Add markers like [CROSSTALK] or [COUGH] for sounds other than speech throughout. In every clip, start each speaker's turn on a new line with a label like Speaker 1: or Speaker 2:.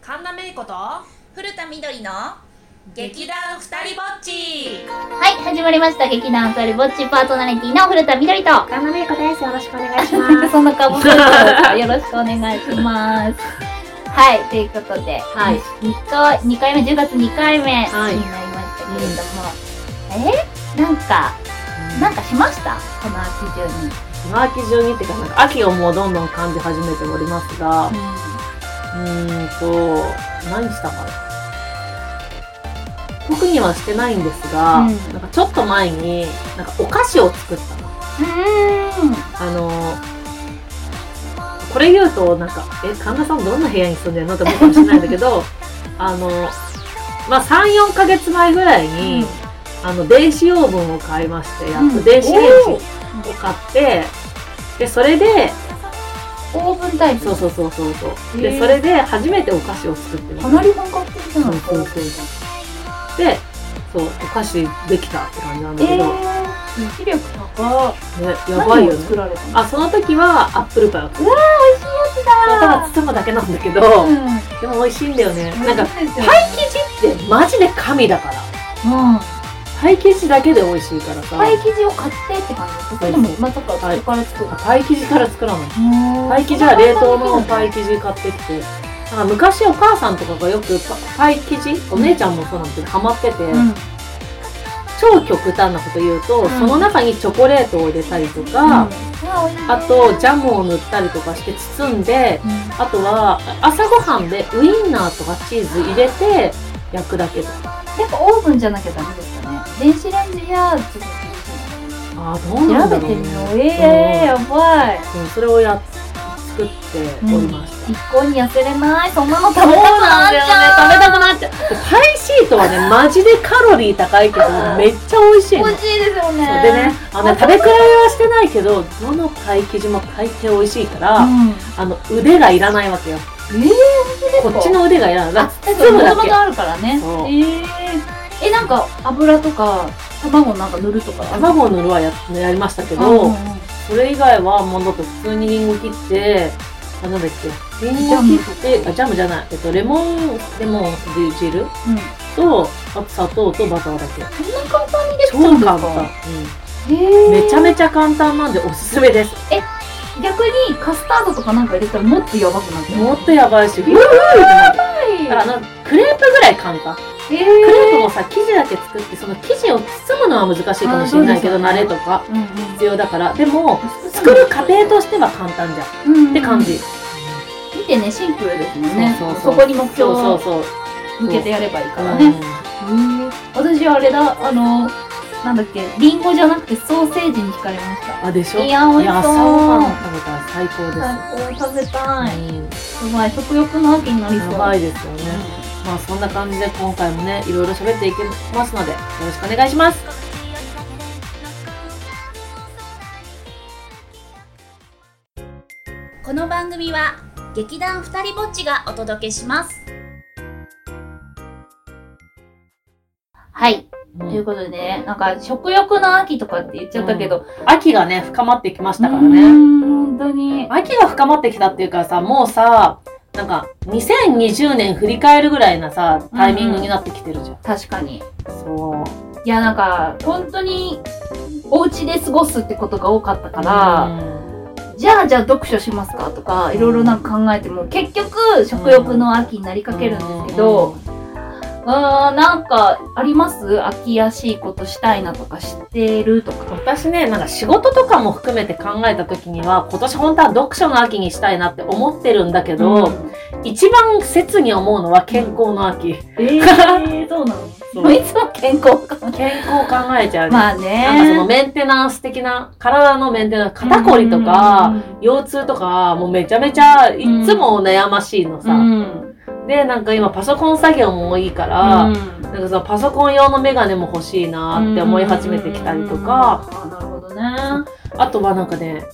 Speaker 1: 神田芽衣子と
Speaker 2: 古田みどりの
Speaker 1: 劇団ふたりぼっち
Speaker 3: はい、始まりました。劇団ふたりぼっちパーソナリティの古田みどりと。
Speaker 4: 神田芽衣子です。よろしくお願いします。
Speaker 3: [LAUGHS] そんな顔もよろしくお願いし
Speaker 5: [LAUGHS]
Speaker 3: ます。はい、ということで、
Speaker 5: はい
Speaker 3: 二回、2回目、10月2回目になりま
Speaker 5: い
Speaker 3: したけれども、えなんか、なんかしましたこの秋中に。
Speaker 5: マーキ順にっていうか、なんか秋をもうどんどん感じ始めておりますが、うーんと、何したかな特にはしてないんですが、
Speaker 3: うん
Speaker 5: なんかちょっと前に、なんかお菓子を作ったの。
Speaker 3: うん。
Speaker 5: あのこれ言うとなんか「え神田さんどんな部屋に住んでるの?」って思うかもしれないんだ
Speaker 3: [LAUGHS]
Speaker 5: けどあのまあ34ヶ月前ぐらいに、あの電子オーブンを買いましてやっ
Speaker 3: う
Speaker 5: と
Speaker 3: ん
Speaker 5: 電子レンジを買って、でそれで
Speaker 3: オーブンタイプ。
Speaker 5: そうそうそうそうそう
Speaker 3: へ
Speaker 5: で
Speaker 3: ー
Speaker 5: それで初めてお菓子を作ってま
Speaker 3: か
Speaker 5: す
Speaker 3: なり本格的な
Speaker 5: そ
Speaker 3: の
Speaker 5: う
Speaker 3: か
Speaker 5: そうそうそうでそうお菓子できたって感じなんだ
Speaker 3: え
Speaker 5: けど、
Speaker 3: ー、知力高。
Speaker 5: ね、やばい
Speaker 3: 何
Speaker 5: よ
Speaker 3: を作
Speaker 5: ね
Speaker 3: られたの
Speaker 5: あその時はアップルパイを作った
Speaker 3: あ
Speaker 5: ただ包むだけなんだけど、
Speaker 3: うん。
Speaker 5: でも美味しいんだよね。なんか、
Speaker 3: そうですよ
Speaker 5: パイ生地ってマジで神だから。
Speaker 3: うん。
Speaker 5: パイ生地だけで美味しいからさ。
Speaker 3: パイ生地を買ってって感じそれともまさかそれから作るの
Speaker 5: パイ生地から作らない。
Speaker 3: パ
Speaker 5: パイ生地は冷凍のパイ生地買ってきて。なんか昔お母さんとかがよくパパイ生地、お姉ちゃんもそうなんだけど、ハマってて、
Speaker 3: うん
Speaker 5: 超極端なこと言うと、
Speaker 3: ん
Speaker 5: その中にチョコレートを入れたりとか、あとジャムを塗ったりとかして包んで、あとは朝ごはんでウインナーとかチーズ入れて焼くだけとか。
Speaker 3: やっぱオーブンじゃなきゃダメですかね電子レンジやちょっ
Speaker 5: あー、ど
Speaker 3: と
Speaker 5: うな
Speaker 3: 調
Speaker 5: んだ
Speaker 3: べて。
Speaker 5: ろう、ね
Speaker 3: みようえー、やばい
Speaker 5: うんそれをやっ作っておりました、
Speaker 3: 一向に痩せれないそんなの食べたくなっち
Speaker 5: そう
Speaker 3: ゃう
Speaker 5: なんだよね食べたくなっちゃうハイシート
Speaker 3: [LAUGHS]
Speaker 5: はねマジでカロリー高いけどめっちゃ美味しいの
Speaker 3: 美味しいですよね
Speaker 5: そうでねあのね食べ比べはしてないけどどのパイ生地も大抵美味しいから、
Speaker 3: うん
Speaker 5: あの腕がいらないわけよ
Speaker 3: えー
Speaker 5: こっちの腕がいらないだ
Speaker 3: あ
Speaker 5: か
Speaker 3: だけ
Speaker 5: ら
Speaker 3: ど
Speaker 5: 包む
Speaker 3: も
Speaker 5: だ
Speaker 3: とも
Speaker 5: け
Speaker 3: とあるからね
Speaker 5: そう
Speaker 3: えーえなんか油とか卵なんか塗るとかある
Speaker 5: 卵を塗るはややりましたけ
Speaker 3: うんうん
Speaker 5: ど、
Speaker 3: うん
Speaker 5: それ以外はもうだって普通にリンゴ切ってあなんだっけリンゴ切ってあジャムじゃない、えっと、レモンレモン
Speaker 3: う
Speaker 5: 汁
Speaker 3: ん
Speaker 5: とあと砂糖とバターだけ
Speaker 3: そんな簡単にできちゃ
Speaker 5: 超
Speaker 3: うんです
Speaker 5: 簡
Speaker 3: か
Speaker 5: 単、
Speaker 3: えー
Speaker 5: めちゃめちゃ簡単なんでおすすめです
Speaker 3: 逆にカスタードとかなんか入れたらもっとやばくなって
Speaker 5: も
Speaker 3: っ
Speaker 5: っとやばいしうだ
Speaker 3: い
Speaker 5: からなんかクレープぐらい簡単
Speaker 3: えー
Speaker 5: クレープもさ生地だけ作ってその生地を包むのは難しいかもしれないけど、
Speaker 3: あーそう
Speaker 5: 慣
Speaker 3: ですよね
Speaker 5: れとか
Speaker 3: うん
Speaker 5: 必要だからでも作る過程としては簡単じゃん、
Speaker 3: うんうん
Speaker 5: って感じ、
Speaker 3: 見てねシンプルですもんね
Speaker 5: そ
Speaker 3: そう
Speaker 5: そうそう
Speaker 3: こに目標
Speaker 5: そうそう
Speaker 3: を
Speaker 5: そう
Speaker 3: 向けてやればいいから
Speaker 5: う
Speaker 3: ね
Speaker 5: ん
Speaker 3: うん私あれだあのなんだっけリンゴじゃなくてソーセージに惹かれました
Speaker 5: あでしょ
Speaker 3: いや美味しそう
Speaker 5: い朝ごはん食べたら最高です、
Speaker 3: 最高食べたい
Speaker 5: うん
Speaker 3: すごい食欲の秋になりそう
Speaker 5: やばいですよね、まあそんな感じで今回もねいろいろ喋っていけますのでよろしくお願いします
Speaker 2: この番組は劇団ふたりぼっちがお届けします
Speaker 3: はいということでねなんか食欲の秋とかって言っちゃったけど
Speaker 5: 秋がね深まってきましたから
Speaker 3: うー
Speaker 5: ね
Speaker 3: ん本当に
Speaker 5: 秋が深まってきたっていうかさもうさなんか2020年振り返るぐらいなさタイミングになってきてるじゃん、
Speaker 3: 確かに
Speaker 5: そう
Speaker 3: いやなんか本当にお家で過ごすってことが多かったか、
Speaker 5: から
Speaker 3: じゃあじゃあ読書しますかとかいろいろなんか考えても結局食欲の秋になりかけるんですけど、うーん、なんかあります秋らしいことしたいなとか知ってるとか
Speaker 5: 私ねなんか仕事とかも含めて考えた時には今年本当は読書の秋にしたいなって思ってるんだ
Speaker 3: [LAUGHS]
Speaker 5: けど、
Speaker 3: うん
Speaker 5: 一番切に思うのは健康の秋、
Speaker 3: えー、そうな
Speaker 5: そう
Speaker 3: のいつも健康か
Speaker 5: 健康考えちゃうね、
Speaker 3: まあ
Speaker 5: なんかそ
Speaker 3: ね
Speaker 5: のメンテナンス的な体のメンテナンス肩こりとか、腰痛とか、もうめちゃめちゃ、いっつも悩ましいの
Speaker 3: う
Speaker 5: さ。
Speaker 3: ん
Speaker 5: で、なんか今パソコン作業もいいから、なんかそのパソコン用のメガネも欲しいなーって思い始めてきたりとか、
Speaker 3: うんあなるほどね
Speaker 5: あとはなんかね、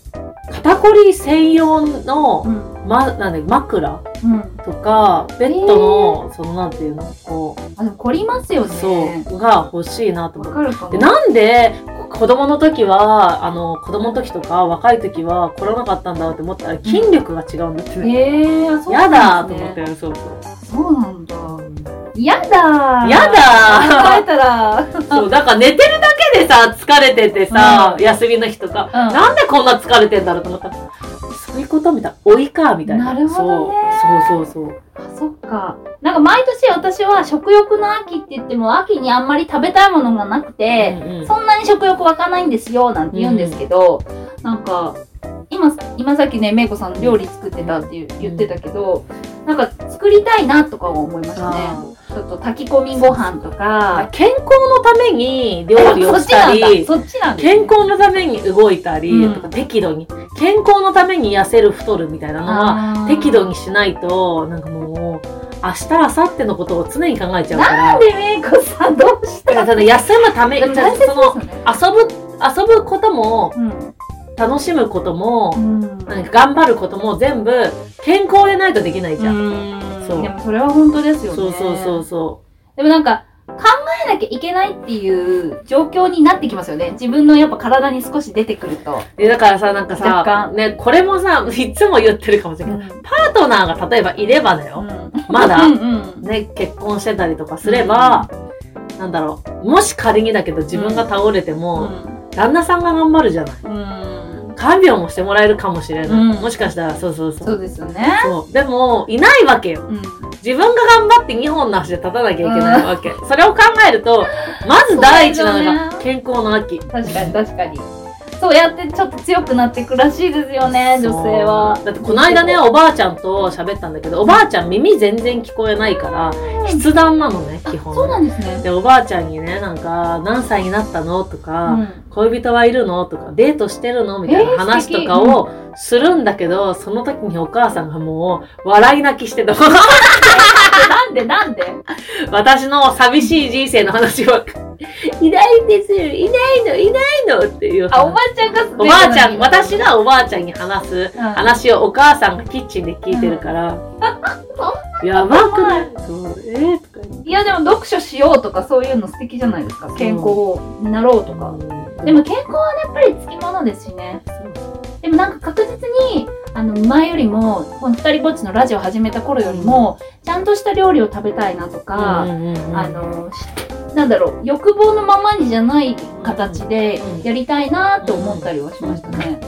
Speaker 5: 肩こり専用の、
Speaker 3: ん
Speaker 5: ま、なんだっけ枕
Speaker 3: うん
Speaker 5: とか、ベッドの、そのなんていうの、こ
Speaker 3: あでも凝りますよ
Speaker 5: う、
Speaker 3: ね。
Speaker 5: そう、が欲しいなと
Speaker 3: わ
Speaker 5: 思って。
Speaker 3: かるかも。
Speaker 5: でなんで子供の時は、あの、子供の時とか若い時は来らなかったんだろうって思ったら筋力が違うんですね。
Speaker 3: えー、あそうな
Speaker 5: やだ
Speaker 3: ん
Speaker 5: ー
Speaker 3: で
Speaker 5: と
Speaker 3: すね
Speaker 5: 思って、そうそう。
Speaker 3: そうなんだ。やだー。
Speaker 5: やだ
Speaker 3: 考えたら、
Speaker 5: ー [LAUGHS] そう、だから寝てるだけでさ、疲れててさ、休みの日とか、
Speaker 3: うん
Speaker 5: なんでこんな疲れてんだろうと思ったら、そういうことみたいな、老いか、みたいな。
Speaker 3: なるほどね
Speaker 5: そうそうそうそう。
Speaker 3: あそっか。なんか毎年私は食欲の秋って言っても秋にあんまり食べたいものがなくて、
Speaker 5: うんうん
Speaker 3: そんなに食欲湧かないんですよ、なんて言うんですけど、なんか、今、今さっきね、めいこさん料理作ってたって言う言ってたけど、なんか作りたいなとかは思いましたね。
Speaker 5: あ
Speaker 3: ちょっと炊き込みご飯と
Speaker 5: ー
Speaker 3: か、
Speaker 5: 健康のために料理を
Speaker 3: そっ
Speaker 5: し
Speaker 3: ちな
Speaker 5: た
Speaker 3: んだ。
Speaker 5: り、
Speaker 3: そっちなんだ。
Speaker 5: 健康のために動いたり、
Speaker 3: うん
Speaker 5: とか適度に、健康のために痩せる、太るみたいなのは、
Speaker 3: あー
Speaker 5: 適度にしないと、なんかもう、明日、明後日のことを常に考えちゃうから。
Speaker 3: なんでめいこさんどうした
Speaker 5: だから [LAUGHS] その休むため、
Speaker 3: でも
Speaker 5: じゃあ
Speaker 3: 大切です
Speaker 5: その
Speaker 3: よね。
Speaker 5: 遊ぶ、遊ぶことも、
Speaker 3: うん
Speaker 5: 楽しむこ
Speaker 3: う
Speaker 5: とも、
Speaker 3: ん
Speaker 5: なんか頑張ることも全部、健康でないとできないじゃん。そう
Speaker 3: でもそれは本当ですよね。
Speaker 5: そうそうそうそ
Speaker 3: でもなんか、考えなきゃいけないっていう状況になってきますよね。自分のやっぱ体に少し出てくると。
Speaker 5: う。でだからさ、なんか
Speaker 3: 若
Speaker 5: さ、
Speaker 3: 干
Speaker 5: ね、これもさ、いつも言ってるかもしれない。パートナーが例えばいればだよ。まだ
Speaker 3: う、んうん
Speaker 5: ね、結婚してたりとかすれば、なんだろう、もし仮にだけど自分が倒れて
Speaker 3: う
Speaker 5: も、
Speaker 3: ん
Speaker 5: 旦那さんが頑張るじゃない。
Speaker 3: うん
Speaker 5: 看病もしてもらえるかもしれない。
Speaker 3: うん
Speaker 5: もしかしたら、そうそうそ。
Speaker 3: そううですよね。
Speaker 5: そう。でも、いないわけよ。
Speaker 3: うん
Speaker 5: 自分が頑張って2本の足で立たなきゃいけないわけ。それを考えると、まず第一なの
Speaker 3: そう
Speaker 5: が健康の秋。
Speaker 3: 確かに確かに。そうやってちょっと強くなっていくらしいですよね、女性は
Speaker 5: そう。だってこの間ね、おばあちゃんと喋ったんだけど、おばあちゃん耳全然聞こえないから、筆談なのね、基本。
Speaker 3: そうなんですね。
Speaker 5: で、おばあちゃんにね、なんか、何歳になったのとか、
Speaker 3: うん
Speaker 5: 恋人はいるのとか、デートしてるのみたい
Speaker 3: えー
Speaker 5: な話とかをするんだけど、その時にお母さんがもう、笑い泣きしてた。 [LAUGHS]
Speaker 3: なんでなんで
Speaker 5: 私の寂しい人生の話は、いないんですよ、いないの、いないのっていう話。
Speaker 3: あ、おばあちゃんが
Speaker 5: おばあちゃん、私がおばあちゃんに話す
Speaker 3: うん
Speaker 5: 話をお母さんがキッチンで聞いてるから、やばくないそう、えー、とか言って
Speaker 3: いやでも読書しようとかそういうの素敵じゃないですか。健康になろうとか。で
Speaker 5: でも、
Speaker 3: も健康はねやっぱりつきものですしね。でもなんか確実に、あの、前よりも、この二人ぼっちのラジオ始めた頃よりも、ちゃんとした料理を食べたいなと
Speaker 5: あ
Speaker 3: か、あの、しなんだろう、欲望のままにじゃない形で
Speaker 5: うん
Speaker 3: やりたいなと思ったりはしましたね。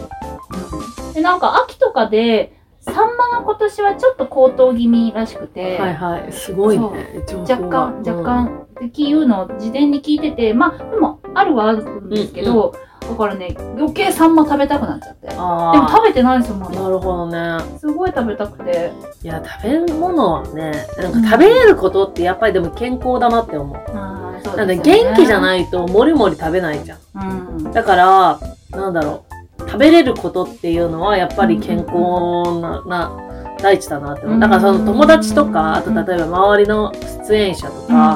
Speaker 3: うんで、なんか秋とかで、サンマが今年はちょっと高騰気味らしくて、
Speaker 5: はいはい、すごいね、情
Speaker 3: 若
Speaker 5: 報が
Speaker 3: 干、若、干、っていうのを事前に聞いてて、まあ、でも、あるはあるんですけど、だからね、余計サンマ食べたくなっちゃって。で
Speaker 5: うん
Speaker 3: も
Speaker 5: あ
Speaker 3: 食べてないんですよ、ま
Speaker 5: あ、
Speaker 3: だ
Speaker 5: なるほどね。
Speaker 3: すごい食べたくて。
Speaker 5: いや、食べ物はね、なんか食べれることってやっぱりでも健康だなって思う。
Speaker 3: ああ、そ
Speaker 5: なんで元気じゃ
Speaker 3: い。
Speaker 5: ないともりもり食べないじゃん。
Speaker 3: うん。
Speaker 5: だから、なんだろう。食べれることっていうのはやっぱり健康な、な第一だなって思う。だからその友達とか、あと例えば周りの出演者とか、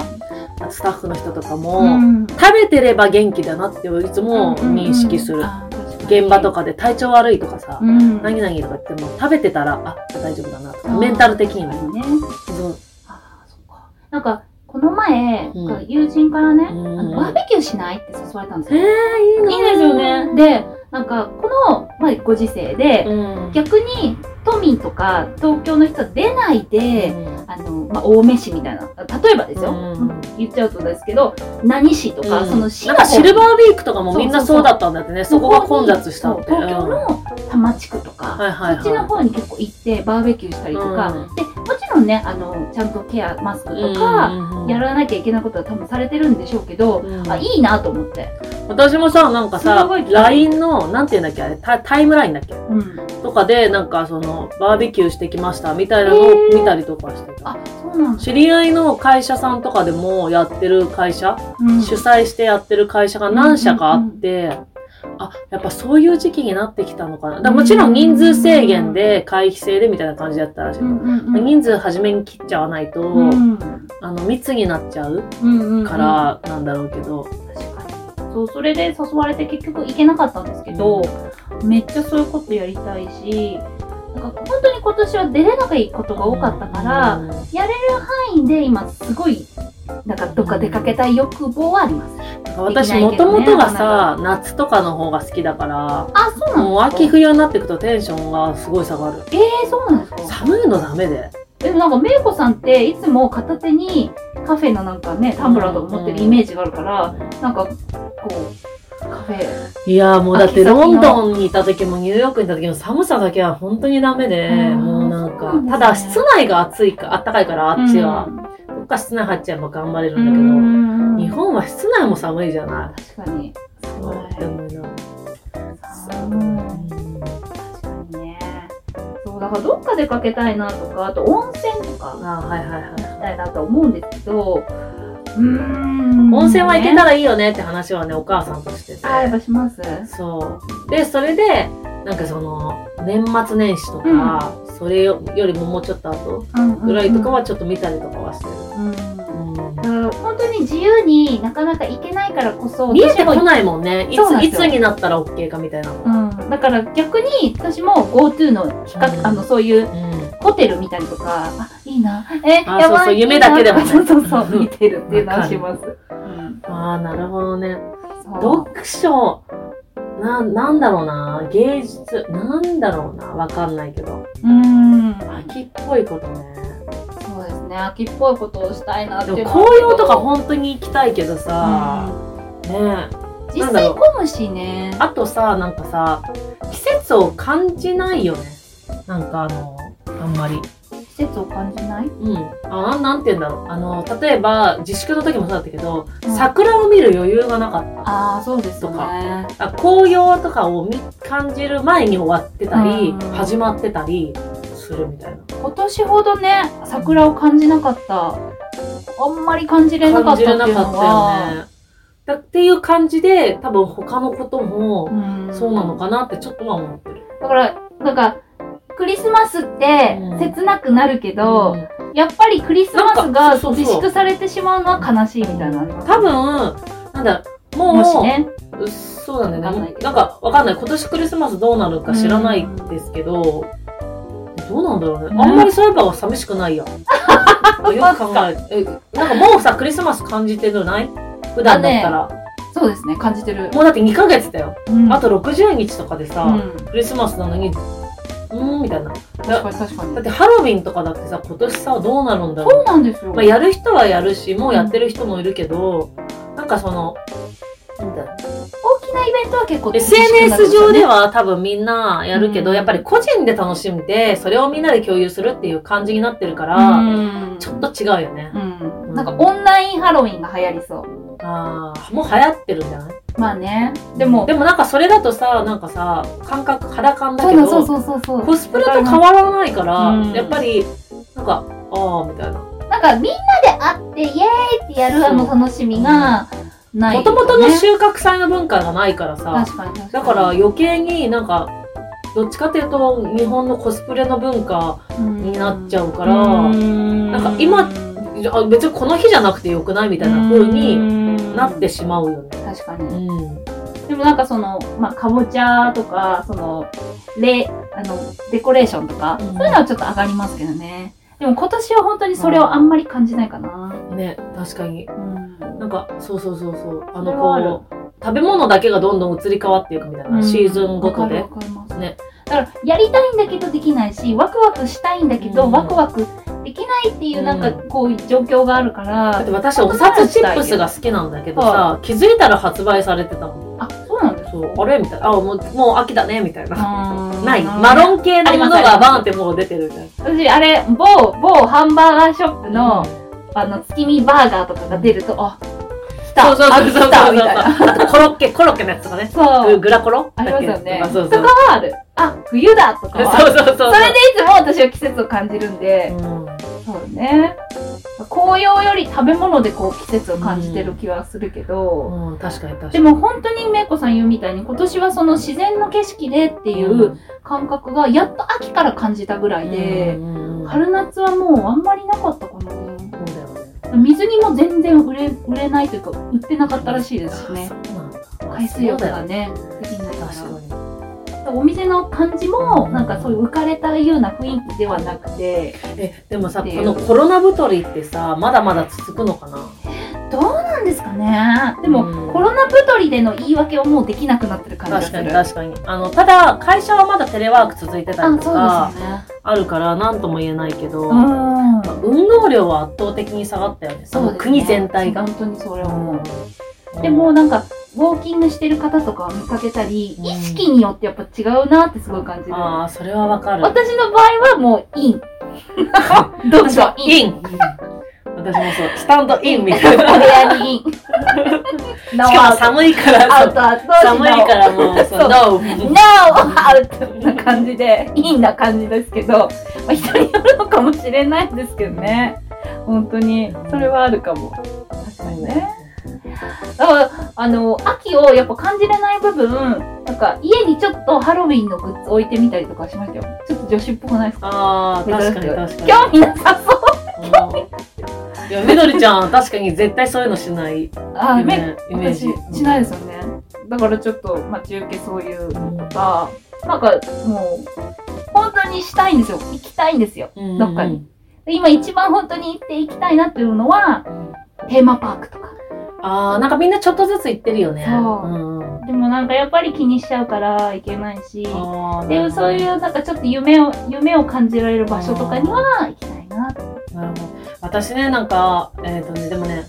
Speaker 5: あとスタッフの人とかも、
Speaker 3: うん、
Speaker 5: 食べてれば元気だなっていつも認識する。
Speaker 3: あー確に
Speaker 5: 現場とかで体調悪いとかさ、
Speaker 3: うん。
Speaker 5: 何々とか言っても食べてたら、あ、大丈夫だなと
Speaker 3: あ
Speaker 5: か、
Speaker 3: ー
Speaker 5: メンタル的に
Speaker 3: 確
Speaker 5: も。
Speaker 3: かにね。
Speaker 5: そう
Speaker 3: あーそっか。なんか、この前、
Speaker 5: うん
Speaker 3: 友人からね、
Speaker 5: うん
Speaker 3: あのバーベキューしないって誘われたんです
Speaker 5: えー、い
Speaker 3: よ。
Speaker 5: いない
Speaker 3: いですよね。。で、なんか、この、まあ、ご時世で、
Speaker 5: うん。
Speaker 3: 逆に都民とか東京の人は出ないで、
Speaker 5: うん
Speaker 3: あのまあ、青梅市みたいな例えばですよ、
Speaker 5: うん
Speaker 3: 言っちゃうとですけど何市とか、
Speaker 5: うん
Speaker 3: その市
Speaker 5: なん
Speaker 3: の
Speaker 5: かシルバ
Speaker 3: ー
Speaker 5: ーウィークとかもみんなそうだったんだってね、そこが混雑したって。
Speaker 3: 東京の多摩地区とか、
Speaker 5: はいはいはい
Speaker 3: そっちの方に結構行ってバーベキューしたりとか、
Speaker 5: うん
Speaker 3: でもちろんねあのちゃんとケアマスク
Speaker 5: うん
Speaker 3: とか、
Speaker 5: うん
Speaker 3: やらなきゃいけないことは多分されてるんでしょうけど、
Speaker 5: うん
Speaker 3: あいいなと思って、
Speaker 5: 私もさ、なんか
Speaker 3: す
Speaker 5: さ
Speaker 3: ごい、
Speaker 5: LINE の、なんていうんだっけ、あれタタイムラインだっけ
Speaker 3: うん、
Speaker 5: とかで、なんかその、バーベキューしてきましたみたいなのを
Speaker 3: へー
Speaker 5: 見たりとかしてた。
Speaker 3: あそうなんだ、
Speaker 5: 知り合いの会社さんとかでもやってる会社、
Speaker 3: うん
Speaker 5: 主催してやってる会社が何社かあって、あ、やっぱそういう時期になってきたのかな。だからもちろん人数制限で、会費制でみたいな感じだったらしいの。
Speaker 3: うんうんうん
Speaker 5: 人数初めに切っちゃわないと、
Speaker 3: うん
Speaker 5: あの密になっちゃう
Speaker 3: うんうん
Speaker 5: からなんだろうけど、
Speaker 3: 確かにそうそれで誘われて結局行けなかったんですけど、めっちゃそういうことやりたいしなんか本当に今年は出れないことが多かったから、
Speaker 5: うん
Speaker 3: やれる範囲で今すごいなんかどっか出かけたい欲望はあります、
Speaker 5: 私
Speaker 3: できない
Speaker 5: も
Speaker 3: けど
Speaker 5: と
Speaker 3: ね
Speaker 5: もとがさ、夏とかの方が好きだから
Speaker 3: あそうな
Speaker 5: もうん
Speaker 3: です
Speaker 5: 秋
Speaker 3: か
Speaker 5: 冬になっていくとテンションがすごい下がる
Speaker 3: えー、そうなんですか
Speaker 5: 寒いのダメで
Speaker 3: でもなんか、めいこさんっていつも片手にカフェのなんかね、タンブラーとか持ってるイメージがあるから、なんか、こう、カフェ。
Speaker 5: いやーもうだって
Speaker 3: 秋先の
Speaker 5: ロンドンにいた時もニューヨークにいた時の寒さだけは本当にダメで、
Speaker 3: うん
Speaker 5: もうな
Speaker 3: そ
Speaker 5: ん
Speaker 3: うな
Speaker 5: か、
Speaker 3: んだ
Speaker 5: ただ室内が暑いか、暖かいからあっちは、どっか室内入っちゃえば頑張れるんだけど、
Speaker 3: うん。
Speaker 5: 日本は室内も寒いじゃない。
Speaker 3: 確かに。
Speaker 5: そうって思うな。
Speaker 3: うん確かにね。そう、だからどっか出かけたいなとか、あと温泉とか
Speaker 5: あーはいはいはい。
Speaker 3: 行きたいなと思うんですけど、うーん。
Speaker 5: 温泉は行け
Speaker 3: ね。
Speaker 5: たらいいよねって話はね、お母さんとしてて。
Speaker 3: あ、やっぱします
Speaker 5: そう。で、それで、なんかその、年末年始とか、それよりももうちょっと後ぐらいとかはちょっと見たりとかはしてる。
Speaker 3: うんうん本当に自由になかなか行けないからこそ
Speaker 5: 見えて
Speaker 3: 私も
Speaker 5: こないもんね。い
Speaker 3: そうなん
Speaker 5: つ、
Speaker 3: で
Speaker 5: い
Speaker 3: すよ
Speaker 5: つになったら OK かみたいなの。
Speaker 3: うん、だから逆に私も GoTo の比較、
Speaker 5: うん
Speaker 3: あのそういう
Speaker 5: うん
Speaker 3: ホテル見たりとかあいいなえ
Speaker 5: あ
Speaker 3: やば
Speaker 5: そうそう
Speaker 3: い
Speaker 5: 夢だけでもね
Speaker 3: いいなとか [LAUGHS] そうそうそううん見てるっていうのはします、うん、
Speaker 5: ああ、なるほどね。
Speaker 3: そう
Speaker 5: 読書、な、なんだろうな。芸術、なんだろうな。わかんないけど。
Speaker 3: うん
Speaker 5: 秋っぽいことね。
Speaker 3: そうですね秋っぽいことをしたいなって
Speaker 5: で
Speaker 3: いう
Speaker 5: も
Speaker 3: のは
Speaker 5: 紅葉とか本当に行きたいけどさ、ねえ
Speaker 3: うん実
Speaker 5: なんだ
Speaker 3: 際
Speaker 5: ろう
Speaker 3: 混むしね
Speaker 5: あとさ、なんかさ、季節を感じないよね。なんかあの、あんまり。
Speaker 3: 季節を感じない
Speaker 5: うん。あ、なんなんて言うんだろう。あの、例えば、自粛の時もそうだったけど、
Speaker 3: うん
Speaker 5: 桜を見る余裕がなかった。
Speaker 3: ああそうですよ
Speaker 5: と
Speaker 3: ね
Speaker 5: あ紅葉とかを見感じる前に終わってたり、
Speaker 3: うん
Speaker 5: 始まってたりするみたいな。
Speaker 3: 今年ほどね桜を感じなかったあんまり感じれなかった
Speaker 5: 感
Speaker 3: ってい
Speaker 5: じれ
Speaker 3: うの
Speaker 5: なかった
Speaker 3: は
Speaker 5: よね。だっていう感じで、多分他のことも、
Speaker 3: うん
Speaker 5: そうなのかなってちょっとは思ってる。
Speaker 3: だから、なんか、クリスマスって
Speaker 5: うん
Speaker 3: 切なくなるけど、
Speaker 5: ん
Speaker 3: やっぱりクリスマス
Speaker 5: な
Speaker 3: が
Speaker 5: んかそうそうそう
Speaker 3: 自粛されてしまうのは悲しいみたいなのあります
Speaker 5: 多分、なんだ、もう、
Speaker 3: もしね。
Speaker 5: うっそうなんだ
Speaker 3: わか
Speaker 5: よ
Speaker 3: んない
Speaker 5: ね
Speaker 3: け。ど
Speaker 5: なんか、わかんない。今年クリスマスどうなるか知らないですけど、どうなんだろうね。
Speaker 3: うん
Speaker 5: あんまりそういえば寂しくない
Speaker 3: [LAUGHS]
Speaker 5: やん。よく考える。え、なんかもうさ、クリスマス感じてるのない普段だったら。
Speaker 3: そうですね、感じてる。
Speaker 5: もうだって2ヶ月だよ。
Speaker 3: うん
Speaker 5: あと60日とかでさ、
Speaker 3: うん
Speaker 5: クリスマスなのに、うーん、みたいな。
Speaker 3: 確かに確かに
Speaker 5: だっ。てハロウィンとかだってさ、今年さ、どうなるんだろう
Speaker 3: そうなんですよ。
Speaker 5: まあ、やる人はやるし、もうやってる人もいるけど、なんかその、なんだ
Speaker 3: 大きなイベントは結構
Speaker 5: SNS 上で
Speaker 3: は。
Speaker 5: は多分みんなやるけど、
Speaker 3: うん
Speaker 5: やっぱり個人で楽しんで、それをみんなで共有するっていう感じになってるから、
Speaker 3: うん。
Speaker 5: ちょっと違うよね
Speaker 3: う。ん。なんかオンラインハロウィンが流行りそう。
Speaker 5: ああ、もう流行ってるんじゃない
Speaker 3: まあね。でも、
Speaker 5: でもなんかそれだとさ、なんかさ、感覚、肌感だ
Speaker 3: そ
Speaker 5: け
Speaker 3: うだ
Speaker 5: ど、
Speaker 3: そうそうそうそう。
Speaker 5: コスプレと変わらないから、
Speaker 3: うん
Speaker 5: やっぱり、なんか、ああ、みたいな。
Speaker 3: なんかみんなで会って、イエーイってやるあの楽しみがない、
Speaker 5: もともとの収穫祭の文化がないからさ、
Speaker 3: 確かに確かに。
Speaker 5: だから余計になんか、どっちかというと日本のコスプレの文化になっちゃうから、
Speaker 3: な
Speaker 5: なんか今あ別にこの日じゃなくてよくないみたいな風に
Speaker 3: に
Speaker 5: なってしまうよね。
Speaker 3: 確か
Speaker 5: う
Speaker 3: に
Speaker 5: ん。
Speaker 3: でもなんかその、まあ、かぼちゃとかそのレあのデコレーションとか、
Speaker 5: うん
Speaker 3: そういうのはちょっと上がりますけどねでも今年は本当にそれをあんまり感じないかな、
Speaker 5: ね、確かに。
Speaker 3: うん
Speaker 5: なんか、そうそうそうそう。あ
Speaker 3: それはある
Speaker 5: の、こう、食べ物だけがどんどん移り変わっていくみたいな、シーズンごと
Speaker 3: わ
Speaker 5: で。
Speaker 3: かるわかります
Speaker 5: ね
Speaker 3: だからやりたいんだけどできないしワクワクしたいんだけど、
Speaker 5: うん
Speaker 3: ワクワクできないっていううんなんかこう状況があるから、
Speaker 5: だって私、お札チップスが好きなんだけどさ、気づいたら発売されてたの。
Speaker 3: あそうなんです
Speaker 5: そう、あれみたいな。あ、もう、もう秋だねみたいな。な。
Speaker 3: ない
Speaker 5: マロン系のものがバー
Speaker 3: ン
Speaker 5: ンってもう出てるみたいな。
Speaker 3: 私あれ某某ハンバーガーショップの、あの月見バーガーとかが出るとあ来た
Speaker 5: そうそうそうそうそう
Speaker 3: あ来たみたいな
Speaker 5: あとコロッケ、コロッケのやつとかね。
Speaker 3: そう
Speaker 5: グラコロ
Speaker 3: ありますよね
Speaker 5: だっけとかそう
Speaker 3: と
Speaker 5: そ
Speaker 3: か
Speaker 5: う。
Speaker 3: はあるあ冬だとかはある
Speaker 5: [LAUGHS] そうそうそうそう。
Speaker 3: それでいつも私は季節を感じるんで、
Speaker 5: う
Speaker 3: そうね紅葉より食べ物でこう季節を感じてる気はするけど、
Speaker 5: ん、うん、確かに確かに。
Speaker 3: でも本当にめいこさん言うみたいに今年はその自然の景色でってい
Speaker 5: うん
Speaker 3: う感覚がやっと秋から感じたぐらいで、
Speaker 5: うんうん
Speaker 3: 春夏はもうあんまりなかったかな
Speaker 5: そうだよね。
Speaker 3: 水にも全然売れ売れないというか売ってなかったらしいですしね
Speaker 5: あ。そうなんだ。
Speaker 3: 海水浴が
Speaker 5: ね。
Speaker 3: ねできないか
Speaker 5: 確かに。
Speaker 3: らお店の感じもなんかそういう浮かれたような雰囲気ではなくて
Speaker 5: え、でもさ、
Speaker 3: って
Speaker 5: こ
Speaker 3: いう
Speaker 5: のコロナ太りってさ、まだまだ続くのかな
Speaker 3: どうなんですかねでも、
Speaker 5: うん
Speaker 3: コロナ太りでの言い訳はもうできなくなってる感じ
Speaker 5: 確
Speaker 3: が
Speaker 5: か
Speaker 3: す
Speaker 5: に
Speaker 3: る
Speaker 5: 確かにあのただ会社はまだテレワーク続いてたりと
Speaker 3: あ
Speaker 5: か
Speaker 3: そうですよね
Speaker 5: あるから何とも言えないけど、
Speaker 3: うん
Speaker 5: 運動量は圧倒的に下がったよねそ
Speaker 3: そうです
Speaker 5: の
Speaker 3: ね
Speaker 5: 国全体が、
Speaker 3: 本当にそれは思うでもなんかウォーキングしてる方とかを見かけたり、
Speaker 5: うん
Speaker 3: 意識によってやっぱ違うなってすごい感じる
Speaker 5: ああそれはわかる
Speaker 3: 私の場合はもうイン読書イン
Speaker 5: イン私もそうスタンドインみたい
Speaker 3: お部
Speaker 5: な
Speaker 3: 屋にインノ
Speaker 5: し
Speaker 3: ー
Speaker 5: か
Speaker 3: ア
Speaker 5: も
Speaker 3: ウト
Speaker 5: 寒いから
Speaker 3: ア
Speaker 5: そう
Speaker 3: ウトアウト
Speaker 5: 寒いからもうそう
Speaker 3: そう
Speaker 5: ノ
Speaker 3: ノ
Speaker 5: ー
Speaker 3: ー [LAUGHS] アウトな感じでインな感じですけど、まあ、人によるのかもしれないんですけどね本当にそれはあるかも確かにねだからあの秋をやっぱ感じれない部分なんか家にちょっとハロウィンのグッズ置いてみたりとかしましたよちょっと女子っぽくないですか
Speaker 5: ああ確かに確かに
Speaker 3: 興味なさそう
Speaker 5: うんいやみどりちゃん確かに絶対そういうのしない
Speaker 3: あ
Speaker 5: イメ
Speaker 3: め
Speaker 5: イメージ
Speaker 3: 私しないですよねだからちょっと待ち受けそういうのとかなんかもう本当にしたいんですよ行きたいんですよ
Speaker 5: うん
Speaker 3: どっかに今一番本当に行っていきたいなっていうのは、テーマパークとか。
Speaker 5: ああなんかみんなちょっとずつ行ってるよね
Speaker 3: そう
Speaker 5: うんうん
Speaker 3: でもなんかやっぱり気にしちゃうから行けないし、
Speaker 5: あー
Speaker 3: でもそういうなんかちょっと夢を、夢を感じられる場所とかには行きたいなって。
Speaker 5: なるほど私ねなんかえっ、とねでもね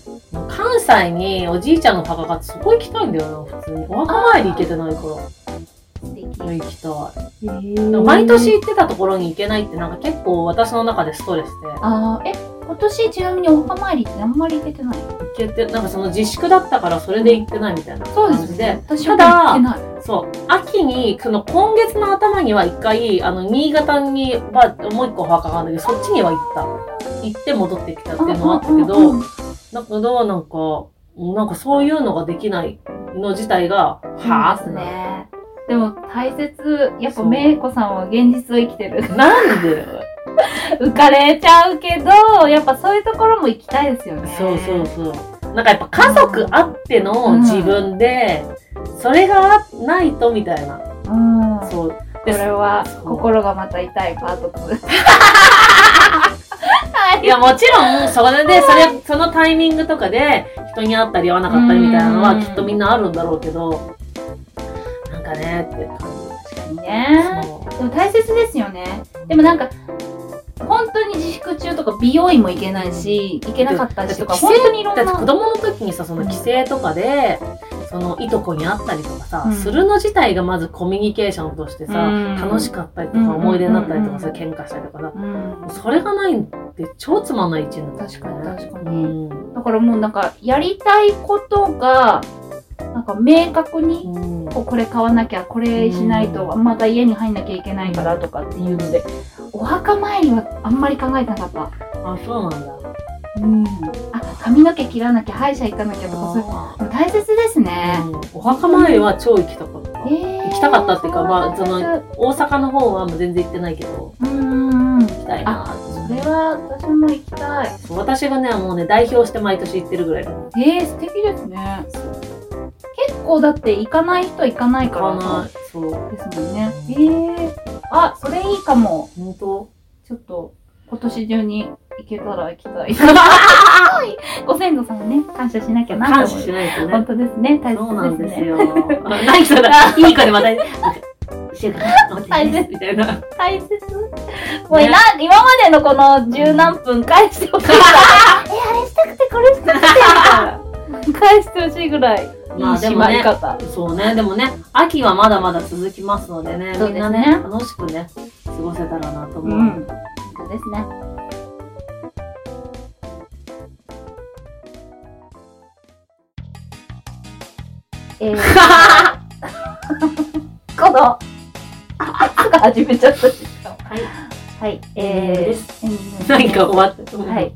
Speaker 5: 関西におじいちゃんの墓があってそこ行きたいんだよな普通にお墓参り行けてないから
Speaker 3: 素敵。
Speaker 5: 行きた
Speaker 3: え
Speaker 5: いでも毎年。行ってたところに行けないってなんか結構私の中でストレスで
Speaker 3: あーえ、今年ちなみにお墓参りってあんまり行けてない
Speaker 5: 行けてなんかその自粛だったからそれで行ってないみたいな感じで。
Speaker 3: 私は行ってない。
Speaker 5: そう秋にその今月の頭には一回あの新潟に、まあ、もう一個お墓があるんだけどそっちには行った行って戻ってきたっていうのはあったけど、
Speaker 3: うんうんうん
Speaker 5: だけど、なんか、なんかそういうのができないの自体が、はあ
Speaker 3: そ
Speaker 5: っ
Speaker 3: う
Speaker 5: て
Speaker 3: です
Speaker 5: なる。
Speaker 3: ね。でも大切、やっぱめいこさんは現実を生きてる。 [LAUGHS]
Speaker 5: なんで
Speaker 3: 浮かれちゃうけど、やっぱそういうところも行きたいですよね。
Speaker 5: そうそうそう。なんかやっぱ家族あっての自分で、それがないとみたいな。
Speaker 3: うん。こ
Speaker 5: そう。
Speaker 3: れは
Speaker 5: そう
Speaker 3: 心がまた痛いパート2。
Speaker 5: いや、もちろん、それで、それ、そのタイミングとかで、人に会ったり会わなかったりみたいなの
Speaker 3: う
Speaker 5: は、
Speaker 3: ん
Speaker 5: きっとみんなあるんだろうけど、なんかね、って感
Speaker 3: 確かに
Speaker 5: じ。
Speaker 3: ね。
Speaker 5: そう
Speaker 3: でも大切ですよね。でもなんか、本当に自粛中とか美容院も行けないし、行けなかったしとか、
Speaker 5: だって
Speaker 3: 本当にいろん
Speaker 5: だって子
Speaker 3: な。
Speaker 5: 供の時にさその帰省とかで、そのいとこに会ったりとかさ、
Speaker 3: うん
Speaker 5: するの自体がまずコミュニケーションとしてさ、
Speaker 3: うん
Speaker 5: 楽しかったりとか思い出になったりとかさ、
Speaker 3: うん
Speaker 5: 喧嘩したりとかさ
Speaker 3: うん。
Speaker 5: それがないって超つまんない一年だ
Speaker 3: 確かに
Speaker 5: ね
Speaker 3: 確か
Speaker 5: う
Speaker 3: に。
Speaker 5: ん、
Speaker 3: だからもうなんか、やりたいことが、なんか明確に
Speaker 5: うん
Speaker 3: こうこれ買わなきゃこれしないと
Speaker 5: う
Speaker 3: また家に入んなきゃいけないからとかっていうのでお墓参りはあんまり考えてなかった、
Speaker 5: あそうなんだ
Speaker 3: うん、あ髪の毛切らなきゃ歯医者行かなきゃとかそういう
Speaker 5: あ
Speaker 3: でも大切ですね、
Speaker 5: ーうんお墓参りは超行きたかった、
Speaker 3: えー
Speaker 5: 行きたかったっていうかまあ
Speaker 3: そうなんだ
Speaker 5: 大阪の方はもう全然行ってないけど
Speaker 3: うんうんうんそ
Speaker 5: 行きたいなーって
Speaker 3: れは私も行きたい
Speaker 5: そう私がねもうね代表して毎年行ってるぐらいだ
Speaker 3: えー、素敵ですね結構だって行かない人行かないか
Speaker 5: からないそう
Speaker 3: ですもんねえー、あそれいいかも
Speaker 5: 本当
Speaker 3: ちょっと今年中に行けたら行き
Speaker 5: [LAUGHS]
Speaker 3: たい。ご先祖さんにね、感謝しなきゃな
Speaker 5: 感
Speaker 3: と
Speaker 5: 謝
Speaker 3: 思
Speaker 5: し
Speaker 3: う。
Speaker 5: ないとね
Speaker 3: 本当ですね、大
Speaker 5: そうなん
Speaker 3: 切
Speaker 5: で
Speaker 3: です
Speaker 5: す
Speaker 3: ね。
Speaker 5: よ。 [LAUGHS] 何それ、いい子
Speaker 3: [LAUGHS]
Speaker 5: でまた、週間、お疲れですみたいな。
Speaker 3: 大切。もういな、今までのこの十何分返してほしいから。え、あれしたくてこれしたくてみたいな。 [LAUGHS] 返してほしいぐらい。いい
Speaker 5: まあで
Speaker 3: 締
Speaker 5: も
Speaker 3: まり
Speaker 5: ね、
Speaker 3: 方。
Speaker 5: [LAUGHS] そうね、でもね、秋はまだまだ続きますのでね、
Speaker 3: そう
Speaker 5: みん
Speaker 3: で
Speaker 5: な
Speaker 3: すね
Speaker 5: ね、楽しくね、過ごせたらなと
Speaker 3: うん。
Speaker 5: 思う。
Speaker 3: 本当ですね。え [LAUGHS] ー、この、すぐ始めちゃったし。はい。はい。
Speaker 5: エンデ
Speaker 3: えー、エンデ
Speaker 5: ィングで
Speaker 3: ィングですね
Speaker 5: 何か終わった。
Speaker 3: はい。。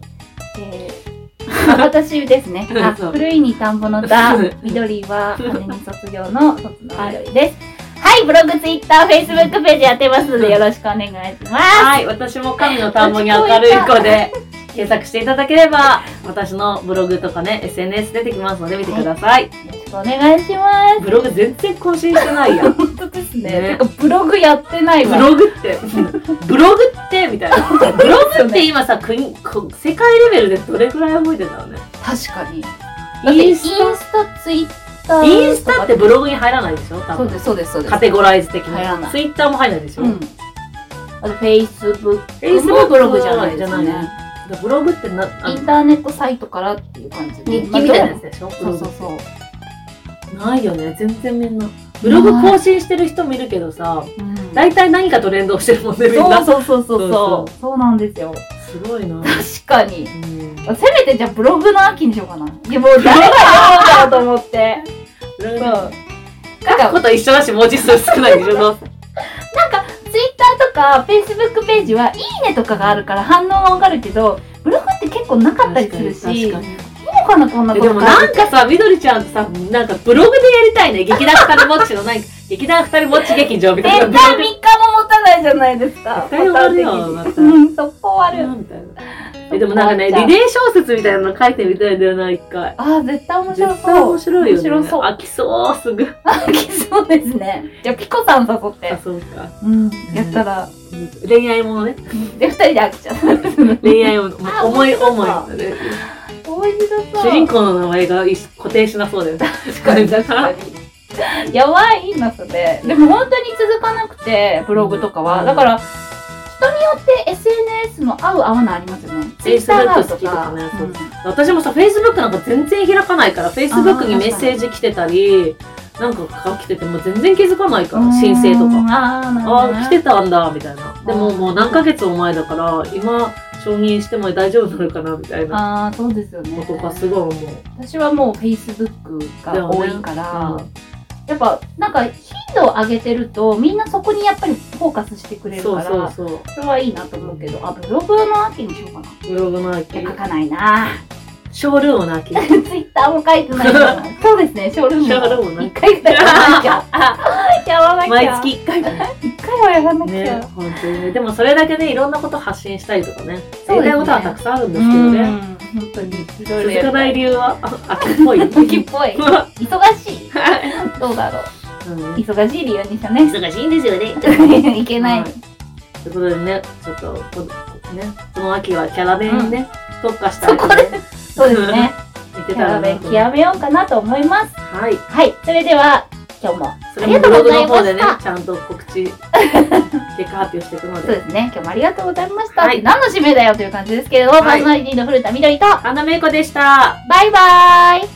Speaker 3: えー、
Speaker 5: [LAUGHS]
Speaker 3: あ私ですね。あ、
Speaker 5: そう
Speaker 3: 古いに田んぼの
Speaker 5: [LAUGHS]
Speaker 3: 田、緑は羽に卒業の卒の緑
Speaker 5: [LAUGHS]
Speaker 3: です。はい、ブログ、ツイッター、フェイスブックページやってますのでよろしくお願いします。
Speaker 5: はい、私も神の田んぼに明るい子で、検索していただければ、私のブログとかね、SNS 出てきますので見てください。
Speaker 3: よろしくお願いします。
Speaker 5: ブログ全然更新してないや。 [LAUGHS]
Speaker 3: 本当ですね。
Speaker 5: ね
Speaker 3: てかブログやってない
Speaker 5: ブ
Speaker 3: わ。
Speaker 5: ログって、ブログってみたいな。ブログって今さ、国、こ世界レベルでどれくらい動いてたのね。
Speaker 3: 確かに。だってイ
Speaker 5: イ
Speaker 3: ン
Speaker 5: ン
Speaker 3: ス
Speaker 5: ス
Speaker 3: タ
Speaker 5: タ
Speaker 3: ツイッター
Speaker 5: インスタってブログに入らないでしょ多
Speaker 3: そう
Speaker 5: 分
Speaker 3: ですそうですそうです
Speaker 5: カテゴライズ的に
Speaker 3: 入らない
Speaker 5: ツイッターも入らないでしょ、
Speaker 3: うんあとフェイスブック
Speaker 5: Facebook
Speaker 3: もブログじゃないです
Speaker 5: じゃな
Speaker 3: ね
Speaker 5: いでブログってなあ
Speaker 3: イ
Speaker 5: の
Speaker 3: ンターネットサイトからっていう感じで
Speaker 5: 日記みたいなやつでしょ、
Speaker 3: そうそうそう
Speaker 5: ないよね全然みんなブログ更新してる人もいるけどさ
Speaker 3: うん
Speaker 5: 大体何かトレンドをしてるもんねみん
Speaker 3: そう
Speaker 5: な
Speaker 3: そうそうそうそ
Speaker 5: そうそ
Speaker 3: ううそうなんですよ
Speaker 5: すごいな、うん
Speaker 3: 確かにせめてじゃあブログの秋にしようかないやもう誰が読んだろうと思って
Speaker 5: ブロ
Speaker 3: そ [LAUGHS]
Speaker 5: グ
Speaker 3: う
Speaker 5: 書
Speaker 3: なんか
Speaker 5: くこと一緒だし文字数少ないでしょどうせ
Speaker 3: ツイッターとかフェイスブックページはいいねとかがあるから反応はわかるけどブログって結構なかったりするしいいの
Speaker 5: 確かに確か
Speaker 3: かなこんな
Speaker 5: に
Speaker 3: こ
Speaker 5: で
Speaker 3: と
Speaker 5: も
Speaker 3: が
Speaker 5: なんかさみどりちゃんさなんかブログでやりたいね劇団二人ぼっちのなんか劇団二人ぼっち劇場み
Speaker 3: 絶
Speaker 5: たいな
Speaker 3: 対3
Speaker 5: ブログ
Speaker 3: 日も持たないじゃないですか
Speaker 5: 絶対終わるよ
Speaker 3: [LAUGHS] パターン的にうんそこ終わる
Speaker 5: みたいなえでもなんかねリレー小説みたいなの書いてみたいんだよな一回
Speaker 3: あー絶対面白そう
Speaker 5: 絶対面白いよ、ね、
Speaker 3: 面白そう
Speaker 5: 飽きそうすぐ
Speaker 3: 飽き [LAUGHS] そうですねじゃあピコさん誘って
Speaker 5: あそうか
Speaker 3: うんやったら
Speaker 5: 恋愛ものね
Speaker 3: で2人で飽きちゃう
Speaker 5: 恋愛もの
Speaker 3: あ
Speaker 5: 思い思い
Speaker 3: 面白
Speaker 5: だね
Speaker 3: 面白そう
Speaker 5: 主人公の名前がい固定しなそうだよね確
Speaker 3: 確かに確かに。やばいなそれ。でも本当に続かなくてブログとかは、
Speaker 5: うん
Speaker 3: だから人によって SNS の合う合わないありますよね。ツイッター
Speaker 5: Facebook
Speaker 3: が合うと
Speaker 5: 好きと
Speaker 3: か
Speaker 5: かね。私もさ Facebook なんか全然開かないから Facebook にメッセージ来てたりなんか来てても全然気づかないから申請とか
Speaker 3: ああーなるほ
Speaker 5: あ
Speaker 3: ど、ね。
Speaker 5: あ来てたんだみたいなでも
Speaker 3: うん
Speaker 5: もう何ヶ月も前だから今承認しても大丈夫なのかなみたいな
Speaker 3: ああそうですよね。
Speaker 5: ことかすごい思う
Speaker 3: 私はもう Facebook が多いから、
Speaker 5: だよね
Speaker 3: やっぱなんか頻度を上げてるとみんなそこにやっぱりフォーカスしてくれるか
Speaker 5: そう
Speaker 3: ら。
Speaker 5: そうそう
Speaker 3: それはいいなと思うけど、あ、ブログの秋にしようかな。い
Speaker 5: ブログの
Speaker 3: や
Speaker 5: 秋
Speaker 3: 書かないな
Speaker 5: ショールーム
Speaker 3: [LAUGHS]
Speaker 5: の秋シ
Speaker 3: ツイッターも書いてない
Speaker 5: [LAUGHS]
Speaker 3: から。そうですね、ショールーム。
Speaker 5: ョールームの
Speaker 3: 一
Speaker 5: 秋
Speaker 3: 回ぐらいやらなきゃ。やらなきゃ。
Speaker 5: 毎。月1回だね
Speaker 3: 一回はやらなきゃ。
Speaker 5: ね本当にねでもそれだけねいろんなこと発信したりとかね
Speaker 3: そう
Speaker 5: や
Speaker 3: ですね
Speaker 5: りたいことはたくさんあるん
Speaker 3: う
Speaker 5: ですけどね
Speaker 3: ん本当に。いろいろ
Speaker 5: 続
Speaker 3: や
Speaker 5: か
Speaker 3: る
Speaker 5: ない理由はあ秋っぽい
Speaker 3: 秋っぽい。忙しい。
Speaker 5: う
Speaker 3: どうだろう。
Speaker 5: ん
Speaker 3: 忙しい理由にした
Speaker 5: [LAUGHS]
Speaker 3: ね。
Speaker 5: 忙しいんですよね
Speaker 3: いけない。
Speaker 5: はいということでねちょっとこのねこの秋はキャラ弁にね、特化した秋ね
Speaker 3: そう
Speaker 5: [LAUGHS]
Speaker 3: ですね。
Speaker 5: 見
Speaker 3: キ
Speaker 5: て
Speaker 3: ャ
Speaker 5: たら
Speaker 3: ラ
Speaker 5: な
Speaker 3: 弁
Speaker 5: と
Speaker 3: 極めようかなと思います。
Speaker 5: はい
Speaker 3: はい。それでは、今日も。
Speaker 5: それもブログの方でねちゃんと告知結果発表していくの
Speaker 3: そう
Speaker 5: で
Speaker 3: ですね。今日もありがとうございました。
Speaker 5: はい
Speaker 3: 何の締めだよという感じですけれども、
Speaker 5: は
Speaker 3: パ
Speaker 5: い
Speaker 3: ーソナリティの古田みどりと、
Speaker 5: アンナメイコでした
Speaker 3: バイバーイ